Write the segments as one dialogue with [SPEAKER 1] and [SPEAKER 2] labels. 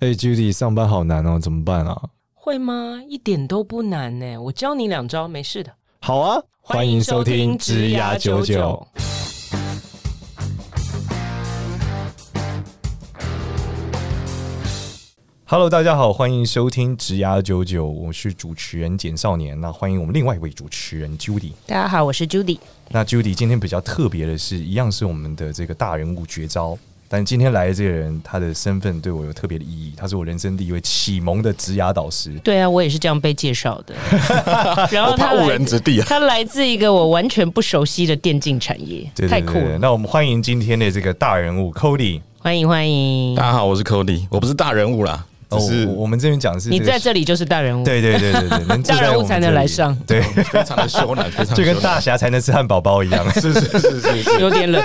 [SPEAKER 1] 哎、j u d y 上班好难哦，怎么办啊？
[SPEAKER 2] 会吗？一点都不难呢、我教你两招，没事的。
[SPEAKER 1] 好啊，欢迎收听《职涯九九》。Hello，大家好，欢迎收听《职涯九九》，我是主持人简少年。那欢迎我们另外一位主持人 Judy。
[SPEAKER 2] 大家好，我是 Judy。
[SPEAKER 1] 那 Judy 今天比较特别的是，一样是我们的这个大人物绝招，但今天来的这个人，他的身份对我有特别的意义，他是我人生第一位启蒙的职涯导师。
[SPEAKER 2] 对啊，我也是这样被介绍 的。然后
[SPEAKER 3] 我怕
[SPEAKER 2] 哦他
[SPEAKER 3] 误
[SPEAKER 2] 来
[SPEAKER 3] 人
[SPEAKER 2] 自，
[SPEAKER 3] 子弟啊！
[SPEAKER 2] 他来自一个我完全不熟悉的电竞产业，
[SPEAKER 1] 对
[SPEAKER 2] 太
[SPEAKER 1] 对
[SPEAKER 2] 酷
[SPEAKER 1] 对对，
[SPEAKER 2] 了！
[SPEAKER 1] 那我们欢迎今天的这个大人物 Cody。
[SPEAKER 2] 欢迎欢迎
[SPEAKER 3] 大，家好，我是 Cody，我不是大人物啦，只
[SPEAKER 1] 哦，
[SPEAKER 3] 是
[SPEAKER 1] 我我们这边讲的是
[SPEAKER 2] 你
[SPEAKER 1] 个
[SPEAKER 2] 在这里就是大人物。
[SPEAKER 1] 对对对对 对，能住
[SPEAKER 2] 大
[SPEAKER 1] 在
[SPEAKER 2] 人
[SPEAKER 1] 我
[SPEAKER 2] 物
[SPEAKER 1] 们
[SPEAKER 2] 才能
[SPEAKER 1] 这
[SPEAKER 2] 来
[SPEAKER 1] 里
[SPEAKER 2] 上，
[SPEAKER 1] 对，
[SPEAKER 3] 非常的羞赧，非常
[SPEAKER 1] 就
[SPEAKER 3] 的
[SPEAKER 1] 跟
[SPEAKER 3] 羞赧
[SPEAKER 1] 大侠才能吃汉堡包一样。
[SPEAKER 3] 是是是是是，
[SPEAKER 2] 有 点冷。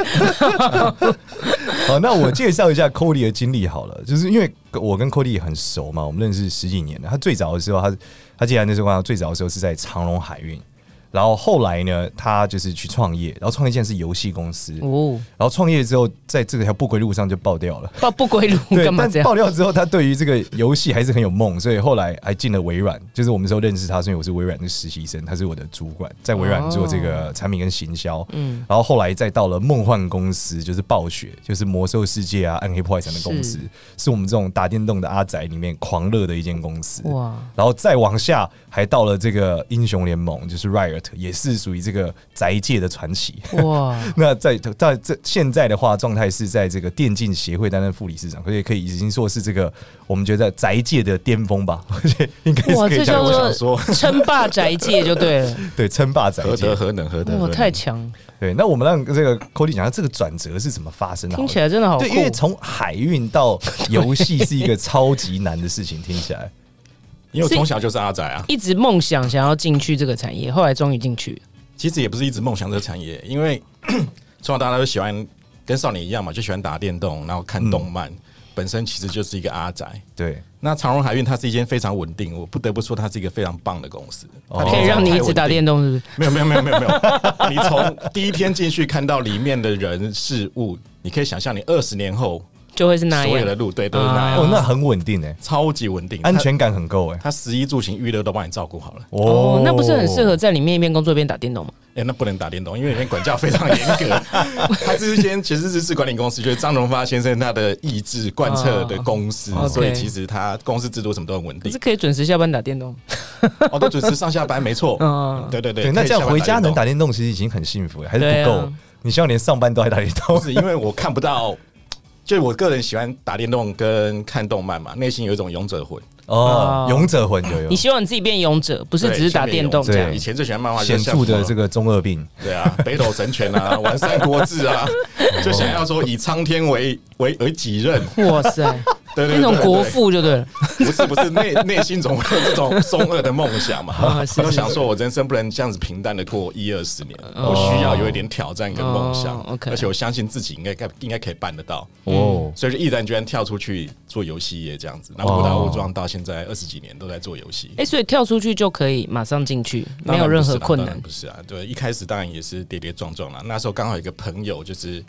[SPEAKER 1] 好，那我介绍一下 Cody 的经历好了，就是因为我跟 Cody 很熟嘛，我们认识十几年了。他最早的时候，他他进来那时候，最早的时候是在长隆海运，然后后来呢，他就是去创业，然后创业现在是游戏公司，然
[SPEAKER 2] 哦，
[SPEAKER 1] 后创业之后，在这条不归路上就爆掉了。
[SPEAKER 2] 不不归路，
[SPEAKER 1] 对
[SPEAKER 2] 干，嘛
[SPEAKER 1] 但
[SPEAKER 2] 这样？
[SPEAKER 1] 爆料之后，他对于这个游戏还是很有梦，所以后来还进了微软。就是我们那时候认识他，所以我是微软的实习生，他是我的主管，在微软做这
[SPEAKER 2] 哦
[SPEAKER 1] 个产品跟行销。嗯，然后后来再到了梦幻公司，就是暴雪，就是魔兽世界啊、暗黑破坏神的公司，是我们这种打电动的阿宅里面狂热的一间公司。
[SPEAKER 2] 哇！
[SPEAKER 1] 然后再往下，还到了这个英雄联盟，就是 Riot，也是属于这个宅界的传奇。
[SPEAKER 2] 哇，
[SPEAKER 1] 那在在这现在的话，状态是在这个电竞协会担任副理事长，所以可以已经说是这个我们觉得宅界的巅峰吧， 而且应该是
[SPEAKER 2] 哇
[SPEAKER 1] 可以这
[SPEAKER 2] 这叫
[SPEAKER 1] 样
[SPEAKER 3] 我
[SPEAKER 1] 讲
[SPEAKER 2] 做
[SPEAKER 3] 想说，
[SPEAKER 2] 称霸宅界就对了，
[SPEAKER 1] 对称霸宅
[SPEAKER 3] 何
[SPEAKER 1] 界
[SPEAKER 3] 德。何能何德何
[SPEAKER 2] 哇，
[SPEAKER 3] 能
[SPEAKER 2] 哦太强了，
[SPEAKER 1] 对，那我们让这个 Cody 讲下这个转折是怎么发生的好
[SPEAKER 2] 听
[SPEAKER 1] 了？
[SPEAKER 2] 起来真的好酷
[SPEAKER 1] 对，。因为从海运到游戏是一个超级难的事情，听起来。
[SPEAKER 3] 因为我从小就是阿仔啊，
[SPEAKER 2] 一直梦想想要进去这个产业，后来终于进去了。
[SPEAKER 3] 其实也不是一直梦想这个产业，因为从小到大都喜欢跟少年一样嘛，就喜欢打电动，然后看动漫，本身其实就是一个阿仔。
[SPEAKER 1] 对，
[SPEAKER 3] 那长荣海运它是一间非常稳定，我不得不说它是一个非常棒的公司，它
[SPEAKER 1] 哦
[SPEAKER 2] 可以让你一直打
[SPEAKER 3] 动。
[SPEAKER 2] 电动，是不是？
[SPEAKER 3] 没有没有没有没有没有，你从第一天进去看到里面的人事物，你可以想象你二十年后
[SPEAKER 2] 就会是那
[SPEAKER 3] 所有的
[SPEAKER 2] 样。
[SPEAKER 3] 路对都是那
[SPEAKER 2] 啊
[SPEAKER 3] 样，
[SPEAKER 1] 哦，那很稳定诶，
[SPEAKER 3] 超级稳定，
[SPEAKER 1] 安全感很够欸诶。
[SPEAKER 3] 它。它食衣住行娱乐都帮你照顾好了。
[SPEAKER 2] 哦，那不是很适合在里面一边工作一边打电动吗？
[SPEAKER 3] 哎、那不能打电动，因为里面管教非常严 格。它是一间其实是是管理公司，就是张荣发先生他的意志贯彻的公司，
[SPEAKER 2] 哦
[SPEAKER 3] 所以
[SPEAKER 2] OK
[SPEAKER 3] 其实他公司制度什么都很稳
[SPEAKER 2] 可
[SPEAKER 3] 定
[SPEAKER 2] 是。可以准时下班打电动。
[SPEAKER 3] 哦，都准时上下班，没错。
[SPEAKER 2] 嗯
[SPEAKER 3] 对对对
[SPEAKER 1] 对，那
[SPEAKER 3] 可以
[SPEAKER 1] 这样
[SPEAKER 3] 下班
[SPEAKER 1] 回家
[SPEAKER 3] 电动
[SPEAKER 1] 能打电动，其实已经很幸福了，还是
[SPEAKER 2] 对啊啊
[SPEAKER 1] 不够。你希望连上班都还打电动
[SPEAKER 3] 不？是因为我看不到，就我个人喜欢打电动跟看动漫嘛，内心有一种勇者魂，
[SPEAKER 1] 哦
[SPEAKER 2] 哦，
[SPEAKER 1] 勇者魂有有
[SPEAKER 2] 你希望你自己变勇者，不是只是打电动
[SPEAKER 3] 对
[SPEAKER 2] 这
[SPEAKER 3] 下面有
[SPEAKER 2] 样
[SPEAKER 3] 以。前最喜欢漫画就
[SPEAKER 1] 显
[SPEAKER 3] 是像
[SPEAKER 1] 著的这
[SPEAKER 3] 什么
[SPEAKER 1] 个中二病，
[SPEAKER 3] 对啊，北斗神拳啊，玩三国志啊，就想要说以苍天为为为己任，
[SPEAKER 2] 哇塞，
[SPEAKER 3] 对对对
[SPEAKER 2] 那种国
[SPEAKER 3] 对
[SPEAKER 2] 父就对了。
[SPEAKER 3] 不是不是内内心总会有这种中二的梦想嘛
[SPEAKER 2] 啊是，是
[SPEAKER 3] 都想说我人生不能这样子平淡的过一二十年，
[SPEAKER 2] 哦
[SPEAKER 3] 我需要有一点挑战跟梦想
[SPEAKER 2] 哦，OK，
[SPEAKER 3] 而且我相信自己应该该应该可以办得到。
[SPEAKER 1] 哦，
[SPEAKER 3] 所以就毅然决然跳出去做游戏业这样子，
[SPEAKER 2] 哦
[SPEAKER 3] 然后误打误撞到现在二十几年都在做游戏。
[SPEAKER 2] 哎，所以跳出去就可以马上进去，没有任何困
[SPEAKER 3] 当然
[SPEAKER 2] 难。
[SPEAKER 3] 不是啊，当然不是啊对，一开始当然也是跌跌撞撞啦。那时候刚好有一个朋友就是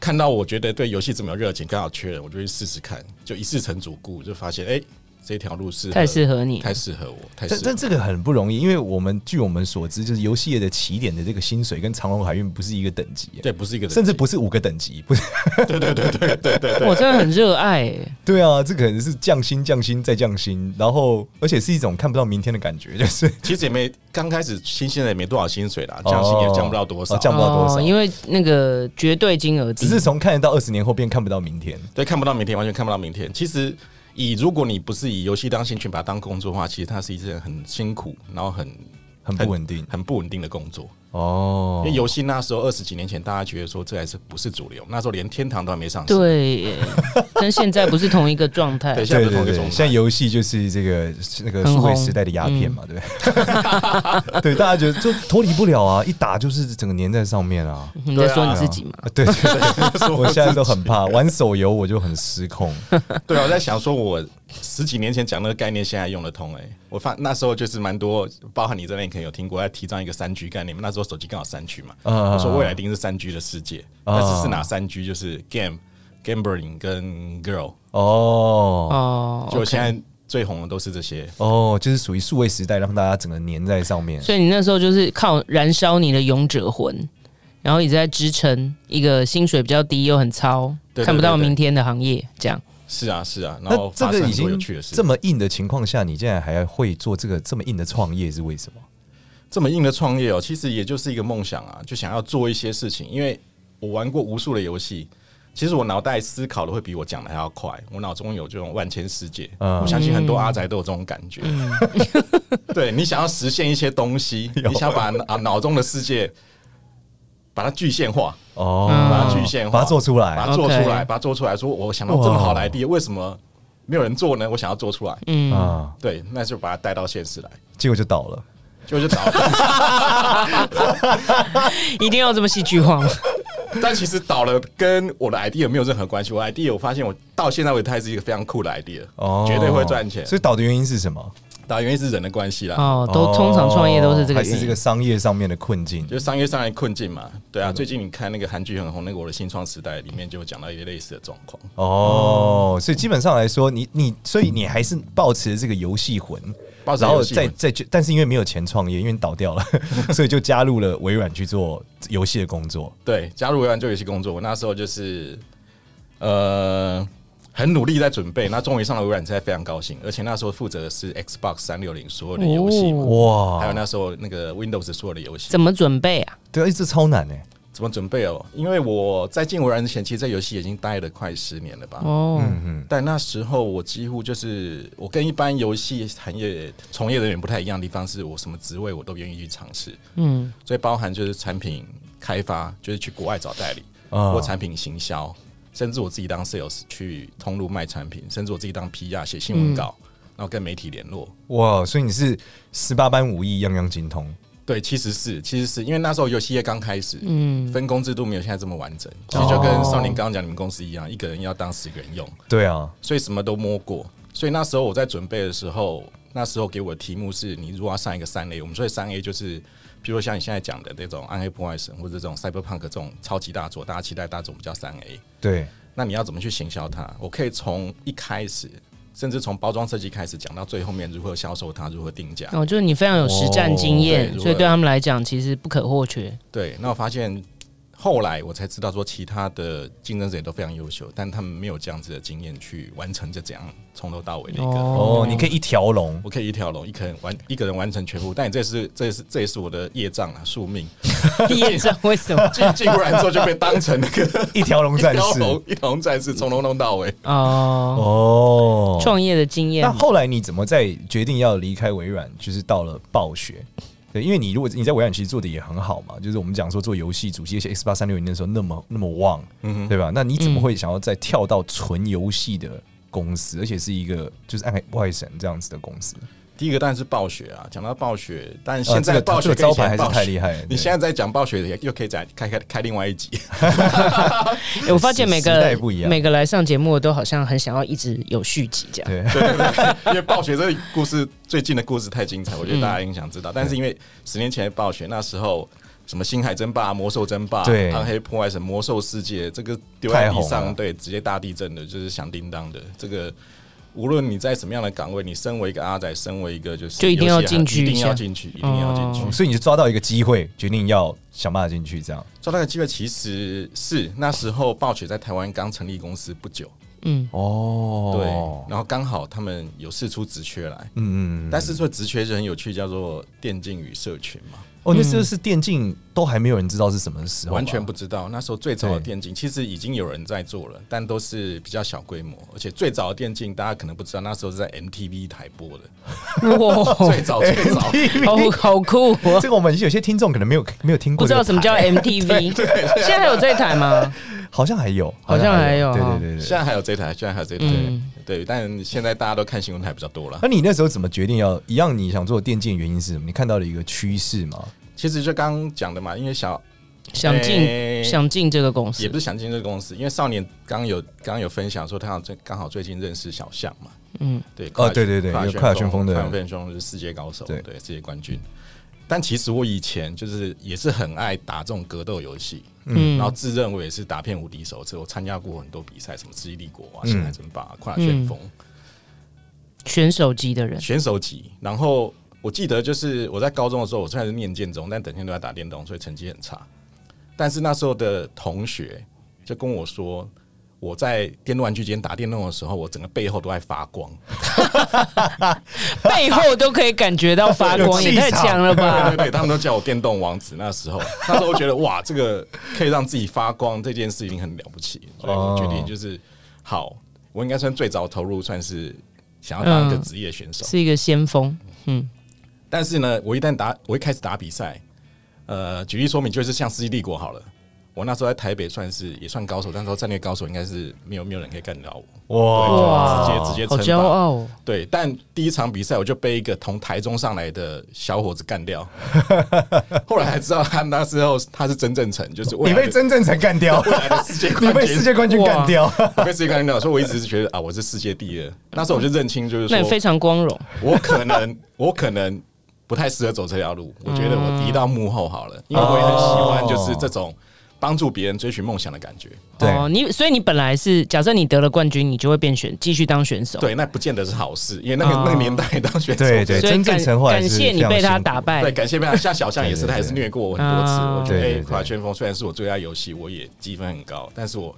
[SPEAKER 3] 看到我觉得对游戏这么有热情，刚好缺人，我就去试试看，就一试成主顾，就发现哎、这条路是
[SPEAKER 2] 太适合你
[SPEAKER 3] 太适合我，太适
[SPEAKER 1] 但
[SPEAKER 3] 合
[SPEAKER 1] 但
[SPEAKER 3] 我。
[SPEAKER 1] 这个很不容易，因为我们据我们所知，就是游戏业的起点的这个薪水跟长隆海运不是一个等级，
[SPEAKER 3] 对，不是一个人，
[SPEAKER 1] 甚至不是五个等级， 不是？
[SPEAKER 2] 我真的很热爱欸，
[SPEAKER 1] 对啊，这可能是降薪、降薪再降薪，然后而且是一种看不到明天的感觉， 就是
[SPEAKER 3] 其实也没刚开始新鲜的也没多少薪水啦，降薪也降不到多少，
[SPEAKER 1] 哦哦降不到多少
[SPEAKER 2] 哦因为那个绝对金额低
[SPEAKER 1] 只。是从看得到二十年后变看不到明天。
[SPEAKER 3] 对，看不到明天，完全看不到明天。其实以如果你不是以游戏当兴趣，把它当工作的话，其实它是一件很辛苦，然后很
[SPEAKER 1] 很不稳定
[SPEAKER 3] 很不稳定的工作。
[SPEAKER 1] 哦
[SPEAKER 3] 因为游戏那时候二十几年前，大家觉得说这还是不是主流，那时候连天堂都还没上市。
[SPEAKER 2] 对耶，跟现在不是同一个状态
[SPEAKER 3] 对，。现在
[SPEAKER 1] 对
[SPEAKER 3] 不
[SPEAKER 1] 对
[SPEAKER 3] 是同一个
[SPEAKER 1] 对，
[SPEAKER 3] 状
[SPEAKER 1] 现在
[SPEAKER 3] 态。
[SPEAKER 1] 游戏就是这个那个
[SPEAKER 2] 很
[SPEAKER 1] 数位
[SPEAKER 2] 红嗯
[SPEAKER 1] 时代的鸦片嘛，对不对？ 对，大家觉得就脱离不了啊，一打就是整个粘在上面啊。
[SPEAKER 2] 你在说你自己嘛？
[SPEAKER 1] 啊对对 对，我现在都很怕玩手游，我就很失控。
[SPEAKER 3] 对啊，我在想说，我十几年前讲那个概念，现在用得通哎、我发那时候就是蛮多，包含你这边可能有听过，在哎提倡一个三 G 概念嘛。那时候手机刚好三 G 嘛，
[SPEAKER 1] 啊
[SPEAKER 3] 我说未来一定是三 G 的世界，但是是哪三 G？就是 game、 Gambling 跟 Girl，
[SPEAKER 1] 哦
[SPEAKER 2] 哦，
[SPEAKER 3] 就
[SPEAKER 2] OK
[SPEAKER 3] 现在最红的都是这些。
[SPEAKER 1] 哦，就是属于数位时代，让大家整个粘在上面。
[SPEAKER 2] 所以你那时候就是靠燃烧你的勇者魂，然后一直在支撑一个薪水比较低又很糙、
[SPEAKER 3] 对对
[SPEAKER 2] 看不到
[SPEAKER 3] 对对
[SPEAKER 2] 明天的行业，这样
[SPEAKER 3] 是啊，是啊，然
[SPEAKER 1] 那
[SPEAKER 3] 后
[SPEAKER 1] 这
[SPEAKER 3] 发生
[SPEAKER 1] 个已
[SPEAKER 3] 很多有
[SPEAKER 1] 经
[SPEAKER 3] 趣的事。
[SPEAKER 1] 这么硬的情况下，你竟然还会做这个这么硬的创业，是为什么？
[SPEAKER 3] 这么硬的创业哦，其实也就是一个梦想啊，就想要做一些事情。因为我玩过无数的游戏，其实我脑袋思考的会比我讲的还要快，我脑中有这种万千世界。
[SPEAKER 1] 嗯
[SPEAKER 3] 我相信很多阿宅都有这种感觉。 对你想要实现一些东西，你想要把啊脑中的世界把它具现化，
[SPEAKER 1] 哦，
[SPEAKER 3] 嗯把它具现化，
[SPEAKER 1] 把它做出来啊
[SPEAKER 3] 把它做出
[SPEAKER 2] OK
[SPEAKER 3] 来，把它做出来。说我想到这么好的 idea，为什么没有人做呢？我想要做出来，
[SPEAKER 1] 啊、
[SPEAKER 3] 对，那就把它带到现实来，
[SPEAKER 1] 结果就倒了。
[SPEAKER 3] 就就倒了。
[SPEAKER 2] 一定要这么戏 剧化吗？
[SPEAKER 3] 但其实倒了跟我的 idea 没有任何关系。我的 idea 我发现我到现在为止它还是一个非常酷的 idea，、
[SPEAKER 1] 哦，
[SPEAKER 3] 绝对会赚钱。
[SPEAKER 1] 所以倒的原因是什啊么？
[SPEAKER 3] 打原因是人的关系啦，
[SPEAKER 2] 哦，都通常创业都是这个
[SPEAKER 1] 哦还是
[SPEAKER 2] 原
[SPEAKER 1] 这
[SPEAKER 2] 因
[SPEAKER 1] 个。商业上面的困境。
[SPEAKER 3] 就是商业上的困境嘛。对
[SPEAKER 1] 嗯
[SPEAKER 3] 啊，最近你看那个韩剧很红，那个《我的新创时代》里面就有讲到一些类似的状况。
[SPEAKER 1] 哦，所以基本上来说，你你所以你还是保持这个游戏魂，
[SPEAKER 3] 抱着
[SPEAKER 1] 然后
[SPEAKER 3] 游戏
[SPEAKER 1] 再
[SPEAKER 3] 嘛
[SPEAKER 1] 再去，但是因为没有钱创业，因为你倒掉 了，所以就加入了微软去做游戏的工作。
[SPEAKER 3] 对加入微软做游戏工作，我那时候就是呃很努力在准备，那终于上了微软，现在非常高兴。而且那时候负责的是 Xbox 三六零
[SPEAKER 2] 哦
[SPEAKER 3] 所有的游戏嘛，嗯还
[SPEAKER 1] 哇，
[SPEAKER 3] 有那时候那个 Windows 所有的游戏。
[SPEAKER 2] 怎么准备啊？
[SPEAKER 1] 对啊，哎这超难哎、
[SPEAKER 3] 怎么准备哦？因为我在进微软之前，其实在游戏已经待了快十年了吧。
[SPEAKER 2] 哦，
[SPEAKER 1] 嗯
[SPEAKER 3] 但那时候我几乎就是，我跟一般游戏产业从业人员不太一样的地方，是我什么职位我都愿意去尝试，
[SPEAKER 2] 嗯，
[SPEAKER 3] 所以包含就是产品开发，就是去国外找代理，
[SPEAKER 1] 啊
[SPEAKER 3] 或产品行销，甚至我自己当 sales 去通路卖产品，甚至我自己当 PR 写新闻稿，然后跟媒体联络。
[SPEAKER 1] 哇，所以你是十八般武艺，样样精通。
[SPEAKER 3] 对，其实是，其实是因为那时候游戏业刚开始，
[SPEAKER 2] 嗯
[SPEAKER 3] 分工制度没有现在这么完整，其实就跟少年刚刚讲你们公司一样，一个人要当十个人用，
[SPEAKER 1] 对啊，
[SPEAKER 3] 所以什么都摸过。所以那时候我在准备的时候，那时候给我的题目是：你如果要上一个三 A，我们说的三 A 就是，比如说像你现在讲的那种《暗黑破坏神》或者这种《Cyberpunk》这种超级大作，大家期待大作，我们叫三 A。
[SPEAKER 1] 对，
[SPEAKER 3] 那你要怎么去行销它？我可以从一开始，甚至从包装设计开始讲到最后面如何销售它，如何定价。
[SPEAKER 2] 哦，就是你非常有实战经
[SPEAKER 3] 哦
[SPEAKER 2] 验，
[SPEAKER 3] 对
[SPEAKER 2] 所以对他们来讲其实不可或缺。
[SPEAKER 3] 对，那我发现后来我才知道说，其他的竞争者也都非常优秀，但他们没有这样子的经验去完成这这样从头到尾的一个。
[SPEAKER 1] 哦， 你可以一条龙。
[SPEAKER 3] 我可以一条龙，一个人完一个人完成全部，但你这是这也是这也是我的业障啊，宿命。
[SPEAKER 2] 第一张为什么？
[SPEAKER 3] 进进过来之后就被当成那个
[SPEAKER 1] 一条龙
[SPEAKER 3] 一
[SPEAKER 1] 战
[SPEAKER 3] 条
[SPEAKER 1] 士
[SPEAKER 3] 龙一条龙战士，从头弄到尾。
[SPEAKER 2] 哦，
[SPEAKER 1] 哦。
[SPEAKER 2] 创业的经验
[SPEAKER 1] 那。后来你怎么在决定要离开微软，就是到了暴雪？对，因为你如果你在微软其实做的也很好嘛，就是我们讲说做游戏主机，而且 X 八三六零那时候那么那么旺，
[SPEAKER 3] 嗯
[SPEAKER 1] 对吧？那你怎么会想要再跳到纯游戏的公司，而且是一个就是暗黑外神这样子的公司？
[SPEAKER 3] 第一个当然是暴雪啊，讲到暴雪，但
[SPEAKER 1] 呃
[SPEAKER 3] 现
[SPEAKER 1] 这
[SPEAKER 3] 在
[SPEAKER 1] 个
[SPEAKER 3] 暴
[SPEAKER 1] 这
[SPEAKER 3] 雪
[SPEAKER 1] 个
[SPEAKER 3] 跟以
[SPEAKER 1] 招牌
[SPEAKER 3] 前
[SPEAKER 1] 还是
[SPEAKER 3] 暴雪
[SPEAKER 1] 太厉害了
[SPEAKER 3] 你
[SPEAKER 1] 对
[SPEAKER 3] 现在在讲暴雪，也又可以再开开开另外一集。
[SPEAKER 2] 欸我发现每
[SPEAKER 1] 时
[SPEAKER 2] 个
[SPEAKER 1] 代不一样
[SPEAKER 2] 每个来上节目的都好像很想要一直有续集这样。
[SPEAKER 1] 对，
[SPEAKER 3] 因为暴雪这个故事最近的故事太精彩，我觉得大家应该想知道。但是因为十年前的暴雪那时候。什么星海争霸、魔兽争霸、
[SPEAKER 1] 对
[SPEAKER 3] 暗黑破坏神、魔兽世界，这个丢在地
[SPEAKER 1] 太红了
[SPEAKER 3] 上，对，直接大地震的，就是响叮当的。这个无论你在什么样的岗位，你身为一个阿仔，身为一个就是
[SPEAKER 2] 就一定要
[SPEAKER 3] 游戏
[SPEAKER 2] 进
[SPEAKER 3] 行
[SPEAKER 2] 去
[SPEAKER 3] 一定要
[SPEAKER 2] 一下
[SPEAKER 3] 进去，一定要进去。
[SPEAKER 1] 所以你就抓到一个机会，决定要想办法进去，这样
[SPEAKER 3] 抓到的机会其实是那时候暴雪在台湾刚成立公司不久，
[SPEAKER 2] 嗯，
[SPEAKER 1] 哦
[SPEAKER 3] 对，然后刚好他们有试出职缺来，
[SPEAKER 1] 嗯嗯，
[SPEAKER 3] 但是说职缺是很有趣，叫做电竞与社群嘛，
[SPEAKER 1] 哦，那这是电竞都还没有人知道是什么时候吧，
[SPEAKER 3] 完全不知道。那时候最早的
[SPEAKER 1] 对
[SPEAKER 3] 电竞其实已经有人在做了，但都是比较小规模，而且最早的电竞大家可能不知道，那时候是在 MTV 台播的，
[SPEAKER 1] 哦
[SPEAKER 2] 哇，
[SPEAKER 3] 最早最早。
[SPEAKER 2] 好好酷哦！
[SPEAKER 1] 这个我们有些听众可能没有没有听过，
[SPEAKER 2] 不知道 什么叫 MTV，现在还有这台吗？
[SPEAKER 1] 好像还有，
[SPEAKER 2] 好像还有
[SPEAKER 1] 对
[SPEAKER 2] 哈
[SPEAKER 1] 对对对
[SPEAKER 3] 现。在还有这台，现在还有这台，
[SPEAKER 2] 嗯
[SPEAKER 3] 对，但现在大家都看新闻台比较多了。
[SPEAKER 1] 那你那时候怎么决定要一样？你想做电竞的原因是什么？你看到了一个趋势吗？
[SPEAKER 3] 其实就刚刚讲的嘛，因为小
[SPEAKER 2] 想进
[SPEAKER 1] 哎
[SPEAKER 3] 诶
[SPEAKER 2] 想进这个公
[SPEAKER 3] 也
[SPEAKER 2] 司
[SPEAKER 3] 不，是想进这个公司，因为少年刚有刚有分享说他好像最刚好最近认识小象嘛，
[SPEAKER 2] 嗯，
[SPEAKER 3] 对，跨
[SPEAKER 1] 哦对对对
[SPEAKER 3] 跨
[SPEAKER 1] 有
[SPEAKER 3] 旋
[SPEAKER 1] 跨旋风的
[SPEAKER 3] 跨旋风是世界高手，
[SPEAKER 1] 对
[SPEAKER 3] 对，世界冠军。但其实我以前就是也是很爱打这种格斗游戏，
[SPEAKER 2] 嗯
[SPEAKER 3] 然后自认为是打遍无敌手，这我参加过很多比赛，什么世纪帝国啊、
[SPEAKER 1] 嗯
[SPEAKER 3] 现代争霸啊、快打旋风、
[SPEAKER 2] 选手级的 人，
[SPEAKER 3] 选手级。然后我记得就是我在高中的时候，我虽然是念建中，但整天都在打电动，所以成绩很差。但是那时候的同学就跟我说，我在电动玩具间打电动的时候，我整个背后都在发光。
[SPEAKER 2] 背后都可以感觉到发
[SPEAKER 1] 有
[SPEAKER 2] 光，
[SPEAKER 1] 气
[SPEAKER 2] 也太强了
[SPEAKER 3] 对
[SPEAKER 2] 吧
[SPEAKER 3] 对！对，他们都叫我电动王子。那时候，那时候我觉得哇，这个可以让自己发光这件事已经很了不起，所以我决定就是好，我应该算最早投入，算是想要当一个职业选手。
[SPEAKER 2] 是一个先锋，
[SPEAKER 3] 但是呢，我一旦打，我一开始打比赛，呃，举例说明就是像《世纪帝国》好了。我那时候在台北算是也算高手，但时候战略高手应该是没有没有人可以干得到我。
[SPEAKER 1] 哇，
[SPEAKER 3] 对就直接直接
[SPEAKER 2] 好
[SPEAKER 3] 称霸
[SPEAKER 2] 骄傲哦，
[SPEAKER 3] 对，但第一场比赛我就被一个从台中上来的小伙子干掉，后来才知道他那时候他是真正成，就是未
[SPEAKER 1] 你
[SPEAKER 3] 来的
[SPEAKER 1] 被真正才干掉，
[SPEAKER 3] 未来的世 界
[SPEAKER 1] 你
[SPEAKER 3] 冠
[SPEAKER 1] 被
[SPEAKER 3] 军，
[SPEAKER 1] 世界冠军干掉，
[SPEAKER 3] 我 被世界冠军掉，所以我一直是觉得啊，我是世界第二。那时候我就认清，就是
[SPEAKER 2] 那你非
[SPEAKER 3] 说
[SPEAKER 2] 常光荣。
[SPEAKER 3] 我可 能我可能不太适合走这条路，我觉得
[SPEAKER 1] 嗯
[SPEAKER 3] 我移到幕后好了，因为我也很喜欢就是这种帮助别人追寻梦想的感觉。
[SPEAKER 1] 对
[SPEAKER 2] 哦，你所以你本来是假设你得了冠军，你就会变选，继续当选手。，
[SPEAKER 3] 对，那不见得是好事，因为那个
[SPEAKER 2] 哦
[SPEAKER 3] 那个年代当 选手
[SPEAKER 1] 对对
[SPEAKER 2] 所以
[SPEAKER 1] 真正
[SPEAKER 2] 感
[SPEAKER 1] 成后来
[SPEAKER 2] 感
[SPEAKER 1] 是
[SPEAKER 2] 谢
[SPEAKER 1] 非
[SPEAKER 2] 你
[SPEAKER 1] 常
[SPEAKER 2] 被他
[SPEAKER 1] 辛苦
[SPEAKER 2] 打败
[SPEAKER 3] 对，。感谢非常，像小象也是，
[SPEAKER 1] 对对
[SPEAKER 3] 他也是
[SPEAKER 1] 对
[SPEAKER 3] 虐过我很多次。
[SPEAKER 2] 啊
[SPEAKER 3] 我觉
[SPEAKER 1] 对
[SPEAKER 3] 得
[SPEAKER 1] 对
[SPEAKER 3] 哎，
[SPEAKER 1] 对
[SPEAKER 3] 快打旋风虽然是我最爱游戏，我也积分很高，但是我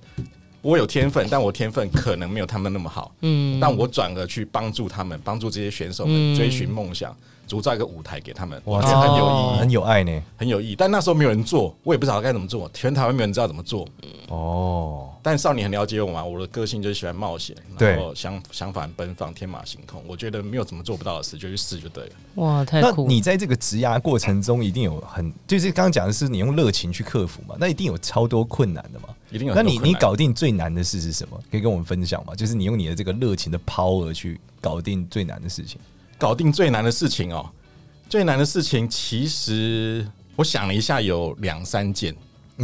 [SPEAKER 3] 我有天分，但我天分可能没有他们那么好。嗯，但我转而去帮助他们，帮助这些选手
[SPEAKER 1] 嗯
[SPEAKER 3] 们追寻梦想，铸造一个舞台给他们，我觉得很有
[SPEAKER 2] 哦
[SPEAKER 3] 意义，
[SPEAKER 1] 很有爱呢。
[SPEAKER 3] 很有意义。但那时候没有人做，我也不知道该怎么做，全台湾没有人知道怎么做。
[SPEAKER 1] 哦，
[SPEAKER 3] 但少年很了解我嘛，我的个性就是喜欢冒险，
[SPEAKER 1] 对
[SPEAKER 3] 然后想想法很奔放，天马行空。我觉得没有怎么做不到的事，就去试就对了。
[SPEAKER 2] 哇，太
[SPEAKER 1] 那
[SPEAKER 2] 酷！
[SPEAKER 1] 你在这个职涯过程中，一定有很就是刚刚讲的是你用热情去克服嘛，那一定有超多困难的嘛。
[SPEAKER 3] 一定有
[SPEAKER 1] 那
[SPEAKER 3] 很多
[SPEAKER 1] 你
[SPEAKER 3] 困
[SPEAKER 1] 你
[SPEAKER 3] 难
[SPEAKER 1] 搞定最难的事是什么？可以跟我们分享吗？就是你用你的这个热情的 power 去搞定最难的事情。
[SPEAKER 3] 搞定最难的事情哦。最难的事情，其实我想了一下，有两三件。
[SPEAKER 1] 嗯